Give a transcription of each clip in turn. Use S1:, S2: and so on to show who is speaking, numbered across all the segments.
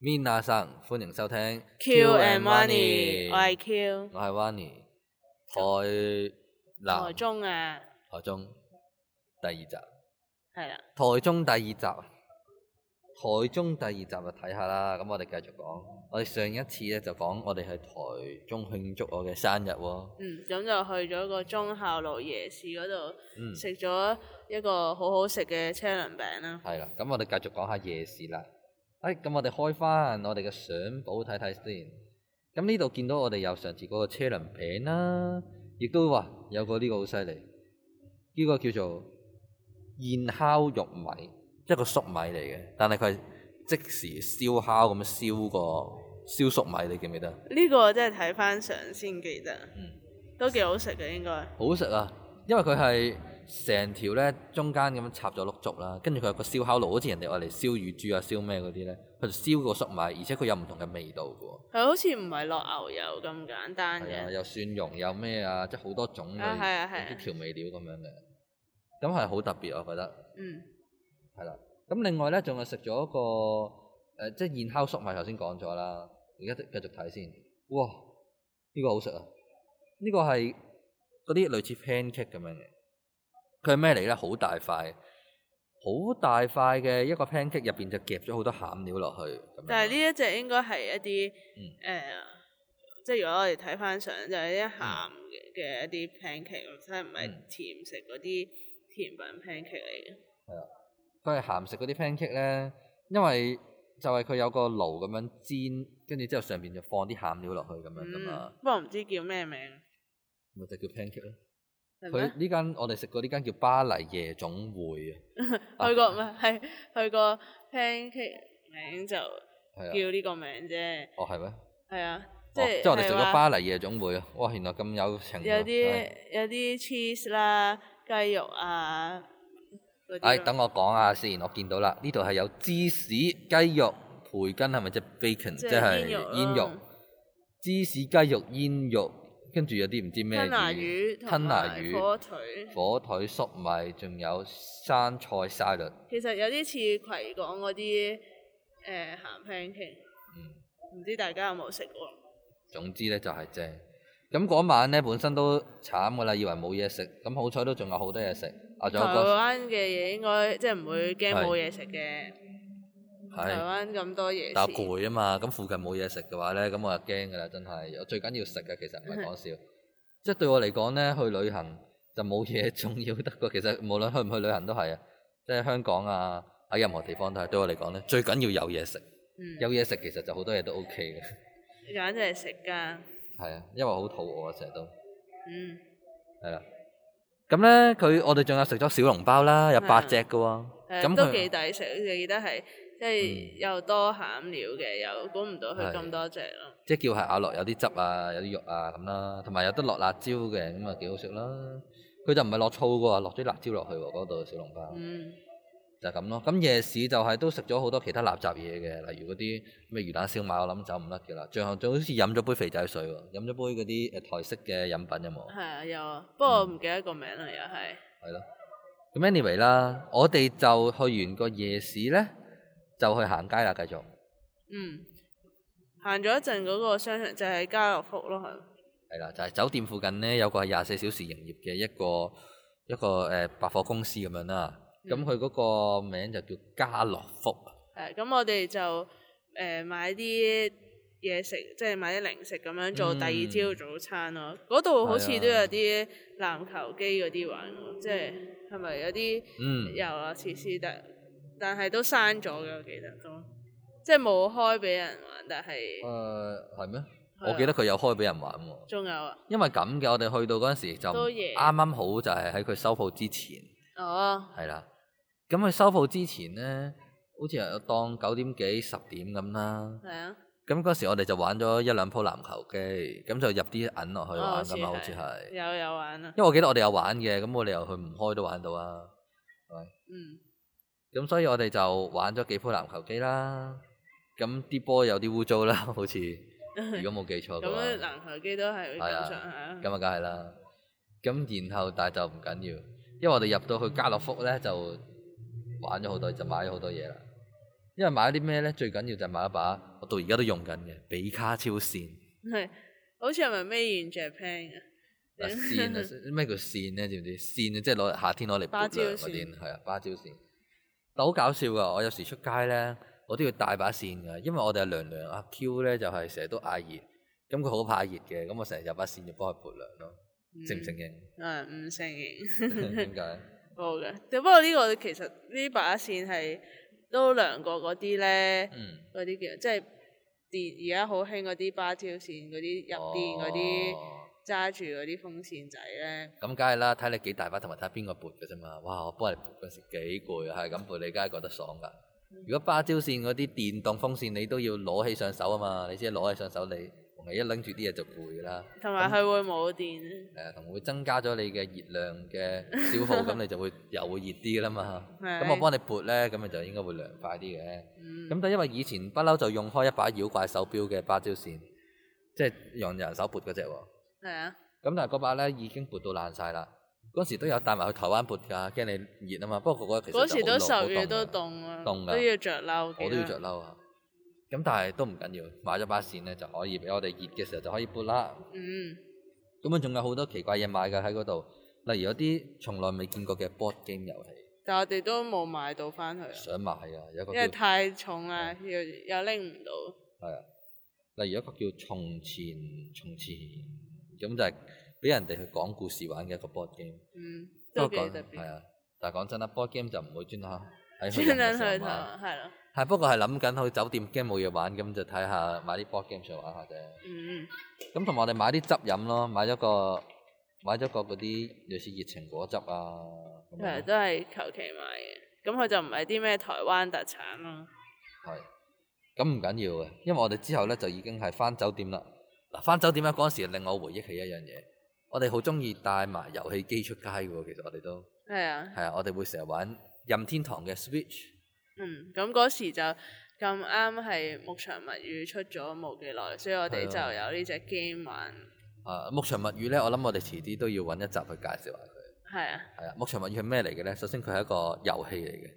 S1: Mina 生，歡迎收聽
S2: Q and Money，我係 Q，
S1: 我係 Wani，台南
S2: 台中啊，
S1: 台中第二集，台
S2: 係啦，
S1: 中第二集，台中第二集就睇下啦。咁我哋繼續講，我哋上一次咧就講我哋去台中慶祝我嘅生日喎。
S2: 嗯，咁就去咗個忠孝路夜市嗰度
S1: 嗯，
S2: 食咗一個好好食嘅車輪餅啦。
S1: 係啦。咁我哋繼續講下夜市啦。哎，咁我哋開翻我哋嘅相簿睇睇先。咁呢度見到我哋有上次嗰個車輪餅啦，亦都話有個呢個好犀利，呢、個叫做現烤玉米，一個粟米嚟嘅，但係佢係即時燒烤咁樣燒個燒粟米，你記唔記得？
S2: 呢個真係睇翻相先記得，
S1: 嗯。
S2: 都幾好食嘅應該。
S1: 好食啊！因為佢係成條咧中間咁樣插咗碌竹啦，跟住佢有個燒烤爐，好似人哋愛嚟燒乳豬啊、燒咩嗰啲咧，佢就燒個粟米，而且佢有唔同嘅味道嘅喎。
S2: 佢好似唔係落牛油咁簡單
S1: 係啊，
S2: 嘅，
S1: 有蒜蓉，有咩啊，即係好多種類
S2: 啊係啊係啊
S1: 啲調味料咁樣嘅，咁係好特別，我覺得
S2: 嗯，
S1: 係啦。咁另外咧，仲係食咗個誒、呃即係現烤粟米，頭先講咗啦。而家繼續睇先，哇！呢、個好食啊！呢、個係嗰啲類似 pancake 咁樣嘅，佢係咩嚟咧？好大塊，好大塊嘅一個 pancake 入邊就夾咗好多餡料落去。咁樣
S2: 但係呢一隻應該係一啲誒、
S1: 嗯
S2: 呃即係如果我哋睇翻相就係一啲鹹嘅嘅一啲 pancake，即係唔係
S1: 嗯
S2: 甜食嗰啲甜品 pancake 嚟嘅。
S1: 佢係鹹食嗰啲 pancake 咧，因為就係佢有個爐咁樣煎，跟住之後上邊就放啲餡料落去咁樣噶嘛
S2: 嗯，，不過唔知叫咩名，
S1: 咪、就叫 pancake 咯。
S2: 係
S1: 佢
S2: 咩？
S1: 呢間我哋食過呢間叫巴黎夜總會啊，
S2: 去過唔係係去過 pancake 名就叫
S1: 係啊，
S2: 呢個名啫，
S1: 哦係咩？
S2: 係啊，即
S1: 哦
S2: 係
S1: 即係我哋食
S2: 係話
S1: 咗巴黎夜總會啊！哇，原來咁有情啊
S2: 有啲
S1: 係
S2: 有啲 cheese 啦、雞肉啊嗰啲咯。
S1: 哎，等我講下先，我見到啦，呢度係有芝士雞肉培根係咪即係 bacon，即
S2: 即係
S1: 係
S2: 煙肉
S1: 煙肉
S2: 啦
S1: 芝士雞肉煙肉，跟住有啲唔知咩
S2: 吞拿魚
S1: 吞拿
S2: 同
S1: 魚
S2: 埋火腿，
S1: 火腿粟米，仲有生菜沙律。
S2: 其實有啲似葵港嗰啲誒鹹 pancake，
S1: 嗯，
S2: 唔知大家有冇食過？
S1: 總之咧就係正。咁嗰晚咧本身都慘噶啦，以為冇嘢食，咁好彩都仲有好多嘢食。啊，
S2: 台
S1: 仲有個
S2: 灣嘅嘢應該即係唔會驚冇嘢食嘅，台
S1: 係，
S2: 灣咁多嘢
S1: 但係
S2: 食。
S1: 攰啊嘛。咁附近冇嘢食嘅話咧，咁我就驚噶啦，真係。我最緊要食嘅，其實唔係講笑。即係對我嚟講咧，去旅行就冇嘢重要得過。其實無論去唔去旅行都係啊，即係香港啊，喺任何地方都係。對我嚟講咧，最緊要有嘢食。有
S2: 嗯，
S1: 嘢食其實就好多嘢都 OK 嘅。
S2: 簡直係食㗎。
S1: 係啊，因為好肚餓啊，成日都
S2: 嗯，
S1: 係啦。咁咧，佢我哋仲有食咗小籠包啦，有八隻嘅喎。
S2: 誒
S1: 咁
S2: 都
S1: 佢嗯
S2: 幾抵食，就記得係即係又多餡料嘅，又估唔到佢
S1: 係
S2: 咁多隻咯。
S1: 即係叫係咬落有啲汁啊，有啲肉啊咁啦，同埋有得落辣椒嘅，咁啊幾好食啦。佢就唔係落醋嘅喎，落咗啲辣椒落去喎，嗰度小籠包、
S2: 嗯，
S1: 就係咁咯。咁夜市就係都食咗好多其他垃圾嘢嘅，例如嗰啲咩魚蛋燒賣，我諗走唔甩嘅啦。最後仲好似飲咗杯肥仔水喎，飲咗杯嗰啲呃誒台式嘅飲品有冇？
S2: 係啊，有
S1: 嗯
S2: 啊，不過我唔記得個名啦，又係。
S1: 係咯。咁 anyway 啦，我哋就去完個夜市咧，就去行街啦，繼續。
S2: 嗯，行咗一陣嗰個商場就係家樂福咯，係。
S1: 係啦，就係、酒店附近咧有個係廿四小時營業嘅一個一個誒、呃百貨公司咁樣啦。咁
S2: 嗯
S1: 佢嗰個名就叫家樂福，啊
S2: 係咁，我哋就誒、呃、買啲嘢食，即係買啲零食咁樣做
S1: 嗯
S2: 第二朝早餐咯。嗰度、好似
S1: 係啊
S2: 都有啲籃球機嗰啲玩喎，即係係咪有啊啲
S1: 嗯，
S2: 遊樂設施？但但係都閂咗嘅，我記得都即係冇開俾人玩，但
S1: 誒
S2: 係
S1: 係咩？
S2: 啊
S1: 我記得佢有開俾人玩喎，
S2: 仲有啊，
S1: 因為咁嘅，我哋去到嗰陣時就
S2: 都夜
S1: 啱啱好就係喺佢收鋪之前，
S2: 哦，
S1: 係啦。咁佢收鋪之前咧，好似係當九點幾十點咁啦。
S2: 係啊，
S1: 咁嗰時我哋就玩咗一兩鋪籃球機，咁就入啲銀落去
S2: 哦
S1: 玩
S2: 好
S1: 㗎
S2: 似
S1: 嘛，啊好似
S2: 係
S1: 係。
S2: 有有玩啊，
S1: 因為我記得我哋有玩嘅，咁我哋又去唔開都玩到啊，係
S2: 嗯，
S1: 咪？咁所以我哋就玩咗幾鋪籃球機啦，咁啲波有啲污糟啦， 好似如果冇記 錯
S2: 咁
S1: 嘅
S2: 樣
S1: 話，
S2: 籃球機都係咁
S1: 係啊
S2: 上下，
S1: 咁啊梗係啦。咁然後但係就唔緊要，因為我哋入到去家樂福咧就玩咗好多，就買咗好多嘢啦。因為買啲咩咧，最緊要就係買一把我到而家都用緊嘅比卡超線。啊
S2: 係好似係咪 Made in Japan 啊嘅？
S1: 嗱線啊，咩叫線咧？知唔知？線啊，即係攞嚟夏天攞嚟
S2: 芭
S1: 撥
S2: 蕉
S1: 涼嗰
S2: 扇
S1: 啲，係啊，芭蕉線。但好搞笑噶，我有時出街咧，我都要帶把線噶，因為我哋阿娘娘阿 Q 咧就係成日都嗌熱，咁佢好怕熱嘅，咁我成日有把線要幫佢撥涼咯，
S2: 嗯
S1: 承唔承認？
S2: 啊，唔承認。
S1: 點解？
S2: 冇嘅，不過呢個其實呢把線係都量過嗰啲咧，
S1: 嗯，
S2: 嗰啲叫即係電而家好興嗰啲芭蕉線嗰啲入電嗰啲
S1: 哦
S2: 揸住嗰啲風扇仔咧，
S1: 咁梗係啦，睇你幾大把，同埋睇下邊個撥嘅啫嘛。哇！我幫你撥嗰時幾攰啊，係咁撥你梗係覺得爽噶。如果芭蕉扇嗰啲電動風扇，你都要攞起上手啊嘛，你先攞起上手，你同你一拎住啲嘢就攰啦。
S2: 同埋佢會冇電，
S1: 誒，同會增加咗你嘅熱量嘅消耗，咁你就會又會熱啲啦嘛。
S2: 係
S1: 咁我幫你撥咧，咁你就應該會涼快啲嘅。
S2: 嗯，
S1: 咁但因為以前不嬲就用開一把妖怪手錶嘅芭蕉扇，即係用人手撥嗰只喎。
S2: 係啊，
S1: 咁但係嗰把咧已經撥到爛晒啦。嗰時都有帶埋去台灣撥㗎，驚你熱啊嘛。不過嗰個其實
S2: 嗰時都
S1: 就好
S2: 十月都
S1: 凍㗎，
S2: 凍啊，
S1: 凍㗎
S2: 都要着褸嘅，
S1: 我都要着褸啊。咁但係都唔緊要，買咗把扇咧就可以俾我哋熱嘅時候就可以撥啦。
S2: 嗯，
S1: 咁啊仲有好多奇怪嘢買㗎喺嗰度，例如有啲從來未見過嘅 board game 遊戲，
S2: 但我哋都冇買到翻去啊，
S1: 想買㗎。有一個
S2: 因
S1: 叫
S2: 為太重啦，又又拎唔到，
S1: 係啊，例如一個叫從前從前，咁就係俾人哋去講故事玩嘅一個 board game。
S2: 嗯，
S1: 不
S2: 都
S1: 過
S2: 幾
S1: 講
S2: 特
S1: 係
S2: 別，
S1: 啊，但係講真啦，board game 就唔會專登喺去
S2: 專登去
S1: 去
S2: 睇，係咯，
S1: 係不過係諗緊去酒店驚冇嘢玩，咁就睇下買啲 board game 上去玩下啫。
S2: 嗯。
S1: 咁同埋我哋買啲汁飲咯，買咗個買咗個嗰啲類似熱情果汁啊，咁
S2: 係
S1: 樣咯
S2: 都係求其買嘅，咁佢就唔係啲咩台灣特產咯。
S1: 係。咁唔緊要嘅，因為我哋之後咧就已經係翻酒店啦。嗱，翻酒店咧嗰陣時令我回憶起一樣嘢，我哋好中意帶埋遊戲機出街嘅喎。其實我哋都
S2: 係啊，
S1: 係啊，我哋會成日玩任天堂嘅 Switch。
S2: 嗯，咁嗰時就咁啱係《牧場物語》出咗冇幾耐，所以我哋就
S1: 係啊
S2: 有呢只 game 玩。
S1: 啊，牧場物語咧，我諗我哋遲啲都要揾一集去介紹下佢。
S2: 係啊，
S1: 係啊，牧場物語係咩嚟嘅咧？首先佢係一個遊戲嚟嘅，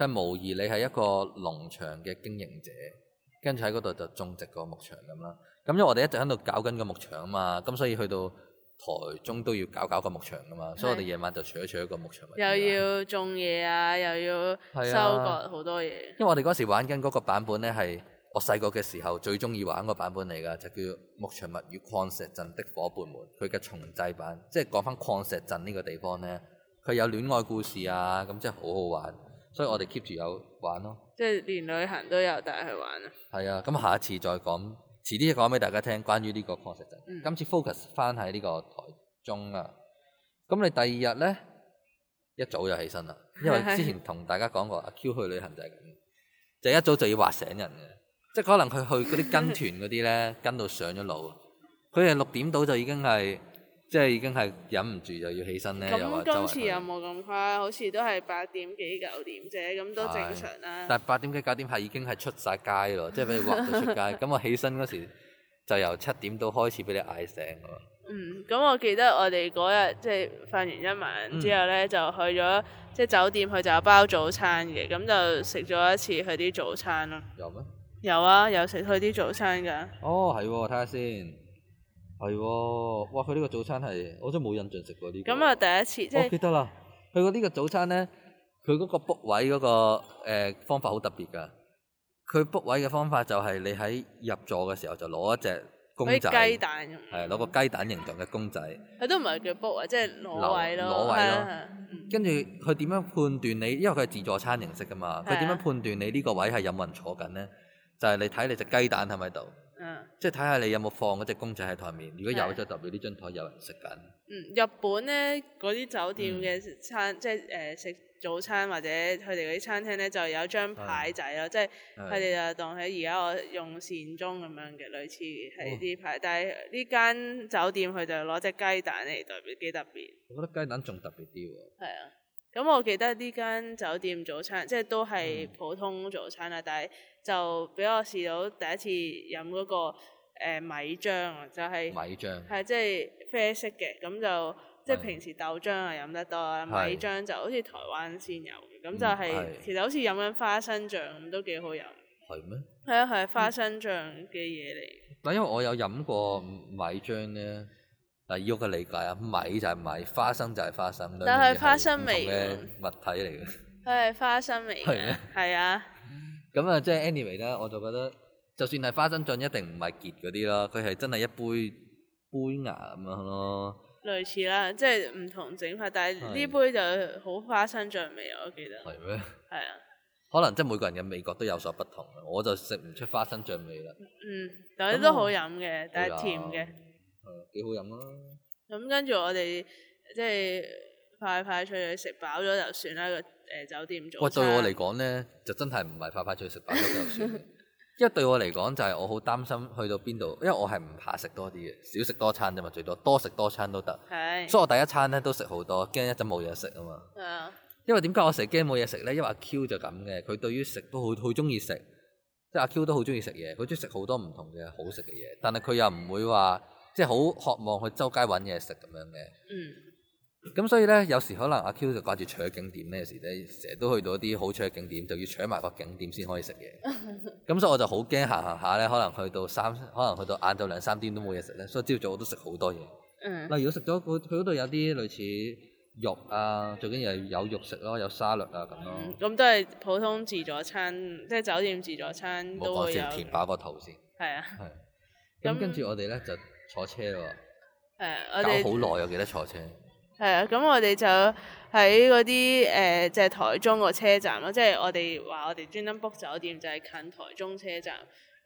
S1: 佢係模擬你係一個農場嘅經營者，跟住喺嗰度就種植個牧場咁啦。咁因為我哋一直喺度搞緊個牧場啊嘛，咁所以去到台中都要搞搞個牧場噶嘛，所以我哋夜晚就除一除一個牧場物語
S2: 又
S1: 啦。
S2: 要種嘢啊，又要
S1: 啊係啊
S2: 收割好多嘢。
S1: 因為我哋嗰時玩緊嗰個版本咧，係我細個嘅時候最中意玩個版本嚟㗎，就叫《牧場物語：礦石鎮的伙伴們》，佢嘅重製版，即係講翻礦石鎮呢個地方咧，佢有戀愛故事啊，咁真係好好玩，所以我哋 keep 住有玩咯。
S2: 即係連旅行都有帶去玩啊！
S1: 係啊，咁下一次再講，遲啲講俾大家聽關於呢個 concept 啫。
S2: 嗯
S1: 今次 focus 翻喺呢個台中啊。咁你第二日咧一早就起身啦，因為之前同大家講過，阿 Q 去旅行就係咁，就一早就要劃醒人嘅，即係可能佢去嗰啲跟團嗰啲 咧，跟到上咗腦，佢係六點到就已經係即係已經係忍唔住就要起身咧，又話周
S2: 咁今
S1: 圍
S2: 次
S1: 去
S2: 有冇咁誇？好似都係八點幾九點啫，咁都正常啦。
S1: 但係八點幾九點係已經係出晒街 咯，即係俾你畫到出街。咁我起身嗰時就由七點到開始俾你嗌醒喎。
S2: 嗯，咁我記得我哋嗰日即係瞓完一
S1: 嗯
S2: 晚之後咧，就去咗即係酒店，佢就有包早餐嘅，咁就食咗一次佢啲早餐咯。
S1: 有咩？
S2: 有啊，有食佢啲早餐㗎。
S1: 哦，係喎，睇下先。係喎，哇！佢呢個早餐係我真係冇印象食過呢、個。
S2: 咁啊，第一次即
S1: 我記
S2: 係
S1: 得啦。佢個呢個早餐咧，佢嗰個 book 位嗰、個、呃、方法好特別㗎。佢 book 位嘅方法就係你喺入座嘅時候就攞一隻公
S2: 嗰
S1: 仔，
S2: 啲雞蛋咁。
S1: 係攞個雞蛋形狀嘅公仔。
S2: 佢都唔係叫 book 啊，即係攞
S1: 攞
S2: 位咯，
S1: 攞位咯
S2: 係啊係啊嗯
S1: 跟住佢點樣判斷你？因為佢係自助餐形式噶嘛，
S2: 係啊
S1: 佢點樣判斷你呢個位係有冇人坐緊呢？就係、你睇你隻雞蛋喺咪度，
S2: 嗯
S1: 即係睇下你有冇放嗰隻公仔喺台面。如果有
S2: 係啊
S1: 就代表呢張台有人食緊。
S2: 嗯，日本咧嗰啲酒
S1: 嗯
S2: 店嘅餐，即係誒食早餐或者佢哋嗰啲餐廳咧，就有張牌仔咯，即係。佢
S1: 係
S2: 哋就當喺而家我用善鐘咁樣嘅，類似
S1: 嗯
S2: 係呢排，但係呢間酒店佢就攞只雞蛋嚟代表，幾特別，
S1: 我覺得雞蛋仲特別啲喎。
S2: 係啊。咁我記得呢間酒店早餐即係都係
S1: 嗯
S2: 普通早餐啦，但係就俾我試到第一次飲嗰、個、呃、米漿啊，就係、
S1: 米漿
S2: 係即係啡色嘅，咁就即係
S1: 係
S2: 平時豆漿啊飲得多啦，
S1: 係
S2: 米漿就好似台灣先有嘅，咁就
S1: 嗯
S2: 係、
S1: 係
S2: 其實好似飲緊花生醬咁都幾好飲。
S1: 係咩？
S2: 係啊，係
S1: 嗯
S2: 花生醬嘅嘢嚟。
S1: 但因為我有飲過米漿咧，嗱以我嘅理解啊，米就係米，花生就係花生，兩
S2: 但
S1: 樣嘢
S2: 係花生味啊
S1: 係
S2: 喎
S1: 唔同嘅物體嚟嘅。
S2: 佢係花生味
S1: 係
S2: 嘅
S1: 咩，
S2: 係啊，
S1: 咁啊，即係 anyway 咧，我就覺得就算係花生醬，一定唔係結嗰啲啦，佢係真係一杯杯牙咁樣咯。
S2: 類似啦，即係唔同整法，但係呢杯就好花生醬味，我記得
S1: 係咩？
S2: 係啊，
S1: 可能即係每個人嘅味覺都有所不同，我就食唔出花生醬味啦。
S2: 嗯，但係都好飲嘅，但係甜
S1: 係
S2: 嘅
S1: 啊。，係幾好飲啊啦。
S2: 咁跟住我哋即係快快脆脆食飽咗就算啦，個誒、酒店早
S1: 喂，對
S2: 餐。
S1: 我嚟講咧，就真係唔係快快脆食飽咗就算。因為對我嚟講就係我好擔心去到邊度，因為我係唔怕食多啲嘅，少食多餐啫嘛，最多多食多餐都得。
S2: 係
S1: 所以我第一餐咧都食好多，驚一陣冇嘢食啊嘛。
S2: 係啊，
S1: 因為點解我成日驚冇嘢食咧？因為阿 Q 就咁嘅，佢對於食都好好中意食，即係阿 Q 都好中意食嘢，佢中意食好多唔同嘅好食嘅嘢，但係佢又唔會話即係好渴望去周街揾嘢食咁樣嘅。
S2: 嗯，
S1: 咁所以咧，有時可能阿 Q 就掛住搶景點咧，有時咧成日都去到一啲好搶嘅景點，就要搶埋個景點先可以食嘢。咁所以我就好驚行行下咧，可能去到三，可能去到晏晝兩三點都冇嘢食咧，所以朝早我都食好多嘢。
S2: 嗯，
S1: 例如我食咗佢佢嗰度有啲類似肉啊，最緊要係有肉食咯，有沙律啊咁咯。
S2: 嗯咁都係普通自助餐，即係酒店自助餐
S1: 冇
S2: 都
S1: 講
S2: 會有
S1: 先，填
S2: 嘅。
S1: 飽個肚先。
S2: 係啊，
S1: 係。咁
S2: 咁
S1: 跟住我哋咧就坐車喎，
S2: 係啊我哋
S1: 搞好耐，我記得坐車。
S2: 係啊，咁我哋就喺嗰啲誒，即係台中個車站咯，即係我哋話我哋專登 book 酒店就係近台中車站，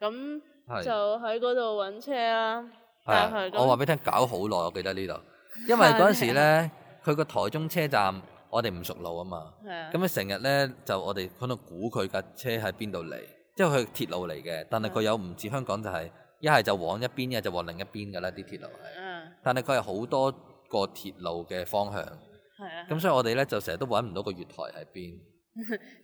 S2: 咁
S1: 係
S2: 就喺嗰度揾車啦。
S1: 係啊
S2: 但係
S1: 我話
S2: 咁
S1: 俾你聽，搞好耐，我記得呢度，因為嗰陣時咧，佢個台中車站我哋唔熟路啊嘛，
S2: 係啊，
S1: 咁啊成日咧就我哋喺度估佢架車喺邊度嚟，即係佢鐵路嚟嘅，但係佢有唔似香港就係一係就往一邊，一係就往另一邊㗎啦啲鐵路係，
S2: 嗯，
S1: 但係佢係好多個鐵路嘅方向，
S2: 係啊，
S1: 咁所以我哋咧就成日都揾唔到個月台喺邊，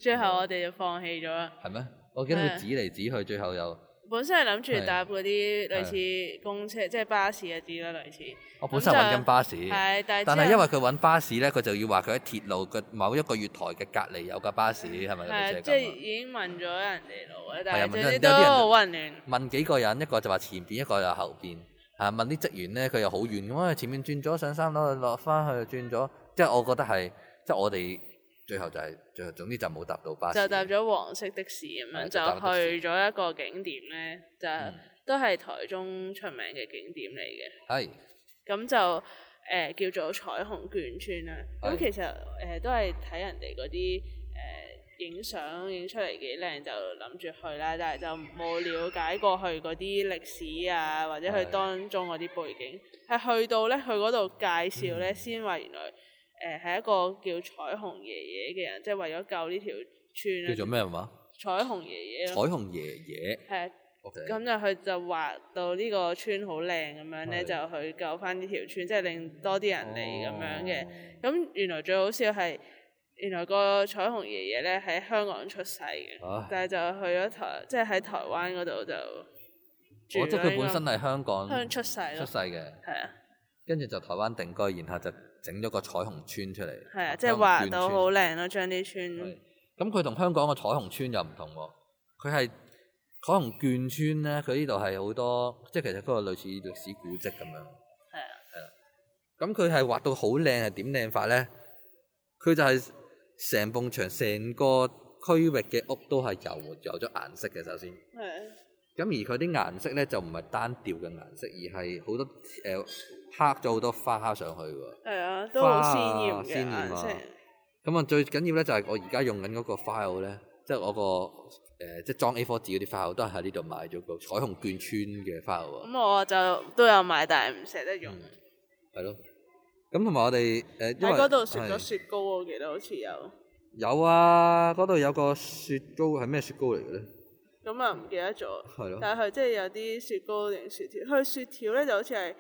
S2: 最後我哋就放棄咗啦。
S1: 係咩？我記得
S2: 係
S1: 佢指嚟指去，最後又
S2: 本身係諗
S1: 係
S2: 住搭嗰啲類似公車，即係巴士嗰啲啦，類似。
S1: 我哦本身係揾緊巴士。
S2: 係，但係
S1: 但
S2: 之
S1: 係
S2: 後
S1: 因為佢揾巴士咧，佢就要話佢喺鐵路嘅某一個月台嘅隔離有架巴士，係咪
S2: 係
S1: 類似
S2: 即係
S1: 係咁啊
S2: 已經問咗人哋路啦，但
S1: 係啊問
S2: 係總
S1: 咗
S2: 之
S1: 人
S2: 都
S1: 有啲人
S2: 好混亂。
S1: 問幾個人，一個就話前邊，一個就話後邊。啊，問啲職員咧，佢又好遠咁啊，前面轉咗上三樓，落翻去轉咗，即係我覺得係，即係我哋最後就係、最後總之就冇搭到巴士。
S2: 就搭咗黃色的士咁樣，
S1: 係
S2: 就
S1: 就搭咗的士
S2: 去咗一個景點咧，就
S1: 嗯
S2: 都係台中出名嘅景點嚟嘅。
S1: 係
S2: 咁就誒、呃叫做彩虹眷村啦。咁
S1: 係
S2: 其實誒、呃都係睇人哋嗰啲誒呃影相影出嚟幾靚就諗住去啦，但係就冇了解過去嗰啲歷史啊，或者佢
S1: 係
S2: 當中嗰啲背景。係去到咧，佢嗰度介紹
S1: 嗯
S2: 咧，先話原來誒係、一個叫彩虹爺爺嘅人，即係為咗救呢條村
S1: 叫
S2: 啊
S1: 做咩話？
S2: 彩虹爺爺
S1: 彩
S2: 咯，
S1: 虹爺爺。
S2: 係啊
S1: OK。
S2: 咁就佢就畫到呢個村好靚咁樣咧，
S1: 係
S2: 就去救翻呢條村，即係令多啲人嚟咁樣
S1: 嘅。
S2: 嘅。咁原來最好笑係，原來個彩虹爺爺咧喺香港出世嘅，
S1: 唉，
S2: 但係就去咗台，即係喺台灣嗰度就住
S1: 哦我即係
S2: 咗
S1: 佢
S2: 應該
S1: 本身係香港
S2: 香港出世
S1: 出
S2: 咯，
S1: 世嘅，
S2: 係啊
S1: 跟住就台灣定居，然後就整咗個彩虹村出嚟。
S2: 係啊，即係
S1: 香港眷
S2: 畫到
S1: 村
S2: 好嗯靚咯，將啲村
S1: 係咁佢同香港嘅彩虹村又唔同喎，佢係彩虹眷村咧，佢呢度係好多，即係其實嗰個類似歷史古蹟咁樣。
S2: 係啊
S1: 咁佢係畫到好靚，係點靚法咧？佢就係成埲牆、成個區域嘅屋都係有有咗顏色嘅，首先。
S2: 係啊
S1: 咁而佢啲顏色咧就唔係單調嘅顏色，而係好多誒、呃刻咗好多花上去喎。
S2: 係啊，都好
S1: 花
S2: 鮮豔
S1: 鮮
S2: 嘅
S1: 豔
S2: 顏色
S1: 啊，咁啊，最緊要咧就係我而家用緊嗰個 file 咧，即係我個誒、即係裝 A4 紙嗰啲 file 都係喺呢度買咗個彩虹眷村嘅 file 啊，
S2: 咁我就都有買，但係唔捨得用。
S1: 係咯。咁同埋我哋誒、嗯因為
S2: 嗯喺嗰度食咗
S1: 係
S2: 雪糕，我記得好似有，
S1: 有啊，嗰度有個雪糕係咩雪糕嚟嘅咧？
S2: 咁啊
S1: 嗯
S2: 唔記得咗。
S1: 係咯，
S2: 但係佢即係有啲雪糕定雪條，佢雪條咧就好似係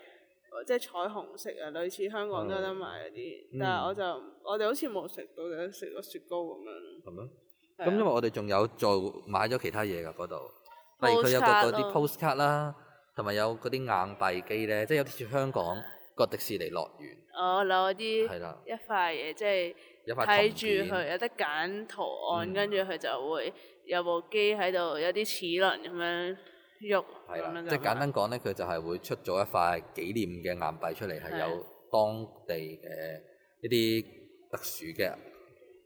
S2: 呃即係彩虹色啊，類似香港都有得賣嗰啲
S1: 嗯。
S2: 但係我就我哋好似冇食到，就食咗雪糕咁樣。
S1: 係咩？
S2: 係
S1: 咁
S2: 啊
S1: 因為我哋仲有做買咗其他嘢㗎嗰度，例如佢有個嗰
S2: Postcard
S1: 啲 postcard 啦，同埋有嗰啲硬幣機咧，即係有啲似香港個迪士尼樂園，
S2: 我哦攞啲
S1: 係啦，
S2: 一塊嘢，即係
S1: 一塊
S2: 睇
S1: 裙片
S2: 住佢有得揀圖
S1: 嗯
S2: 案，跟住佢就會有部機喺度，有啲齒輪咁樣喐，
S1: 係
S2: 咁
S1: 啦，
S2: 樣
S1: 即係
S2: 㗎
S1: 簡
S2: 嘛
S1: 單講咧，佢就係會出咗一塊紀念嘅硬幣出嚟，係
S2: 係
S1: 有當地嘅呃一啲特殊嘅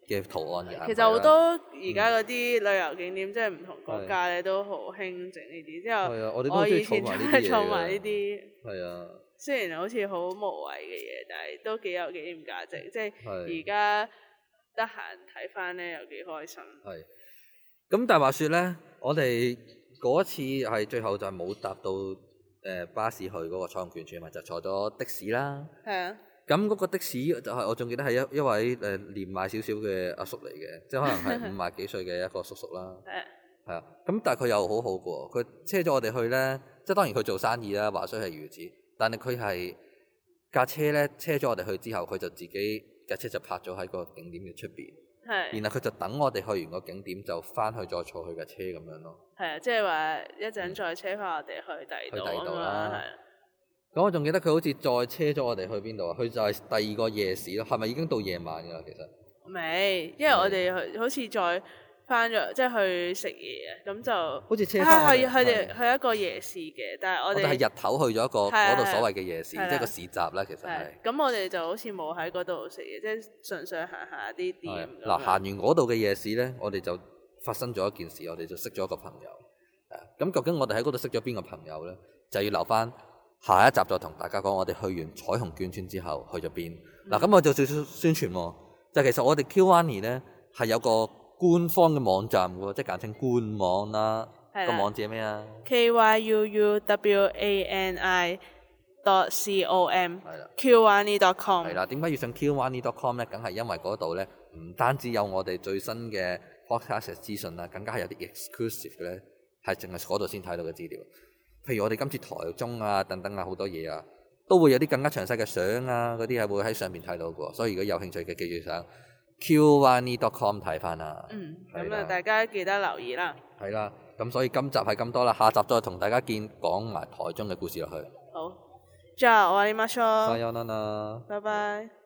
S1: 嘅圖案嘅硬幣啦
S2: 其實好多而家嗰啲旅遊景點，即係唔同國
S1: 係
S2: 家咧都好興整呢啲。之後
S1: 係啊，我哋都好
S2: 我
S1: 中意
S2: 以
S1: 儲
S2: 前
S1: 埋
S2: 真
S1: 呢啲嘢㗎
S2: 係儲埋呢啲，
S1: 係啊，
S2: 雖然好似好無謂嘅嘢，但係都幾有紀念價值。即係
S1: 係
S2: 而家得閒睇翻咧，又幾開心。
S1: 係。咁但係話說咧，我哋嗰次係最後就係冇搭到誒、呃巴士去嗰個彩虹眷村嘛，就坐咗的士啦。
S2: 係啊，
S1: 咁嗰個的士就係我仲記得係一一位誒、呃、年邁少少嘅阿叔嚟嘅，即係可能係五廿幾歲嘅一個叔叔啦。
S2: 係啊
S1: 係啊，咁但係佢又好好嘅喎，佢車咗我哋去咧，即係當然佢做生意啦，話雖係如此，但係佢係架車咧車咗我哋去之後，佢就自己架車就泊咗喺個景點嘅出邊，
S2: 係啊
S1: 然後佢就等我哋去完個景點就翻去再坐佢架車咁樣咯。
S2: 係啊，即係話一陣再車翻我哋去第二
S1: 去第二
S2: 度
S1: 度
S2: 啊
S1: 啦
S2: 嘛，係啊
S1: 咁我仲記得佢好似再車咗我哋去邊度啊？佢就係第二個夜市咯，係咪已經到夜晚㗎啦？其實
S2: 未，因為我哋去好似再翻咗，即係去食嘢啊，咁就。
S1: 好似車翻
S2: 啊，
S1: 我
S2: 係佢
S1: 係
S2: 哋去一個夜市嘅，但係
S1: 我
S2: 我
S1: 哋
S2: 哋
S1: 係日頭去咗一個
S2: 係啊
S1: 嗰度
S2: 係啊
S1: 所謂嘅夜市，即
S2: 係啊
S1: 係個市集啦，其實係
S2: 係。咁我哋就好似冇喺嗰度食嘢，即係純粹行下啲店
S1: 係
S2: 咁樣。
S1: 嗱，行完嗰度嘅夜市咧，我哋就發生咗一件事，我哋就識咗一個朋友。啊咁究竟我哋喺嗰度識咗邊個朋友咧？就要留翻下一集再同大家講，我哋去完彩虹眷村之後去咗邊。
S2: 嗯
S1: 嗱、咁我做少少宣傳喎，就其實我哋 Q One 咧係有個官方嘅網站嘅喎，即係簡稱官網啦。
S2: 係
S1: 個
S2: 啦
S1: 網址係咩啊？
S2: K Y U U W A N I dot C O M
S1: 係啦。
S2: Q a n i dot com
S1: 係啦，點解要上 qone.com 咧？梗係因為嗰度咧，唔單止有我哋最新嘅 podcast 嘅資訊啦，啊更加係有啲 exclusive 嘅咧，係淨係嗰度先睇到嘅資料。譬如我哋今次台中啊，等等啊，好多嘢啊，都會有啲更加詳細嘅相啊，嗰啲係會喺上面睇到嘅喎。所以如果有興趣嘅，記住上 qone.com 睇翻啦。
S2: 嗯，
S1: 係
S2: 咁
S1: 啦
S2: 啊，大家記得留意啦。
S1: 係啦，咁所以今集係咁多啦，下集再同大家見講埋台中嘅故事落去。
S2: 好，之後我係 m a
S1: 加
S2: s
S1: 油啦啦！
S2: 拜拜。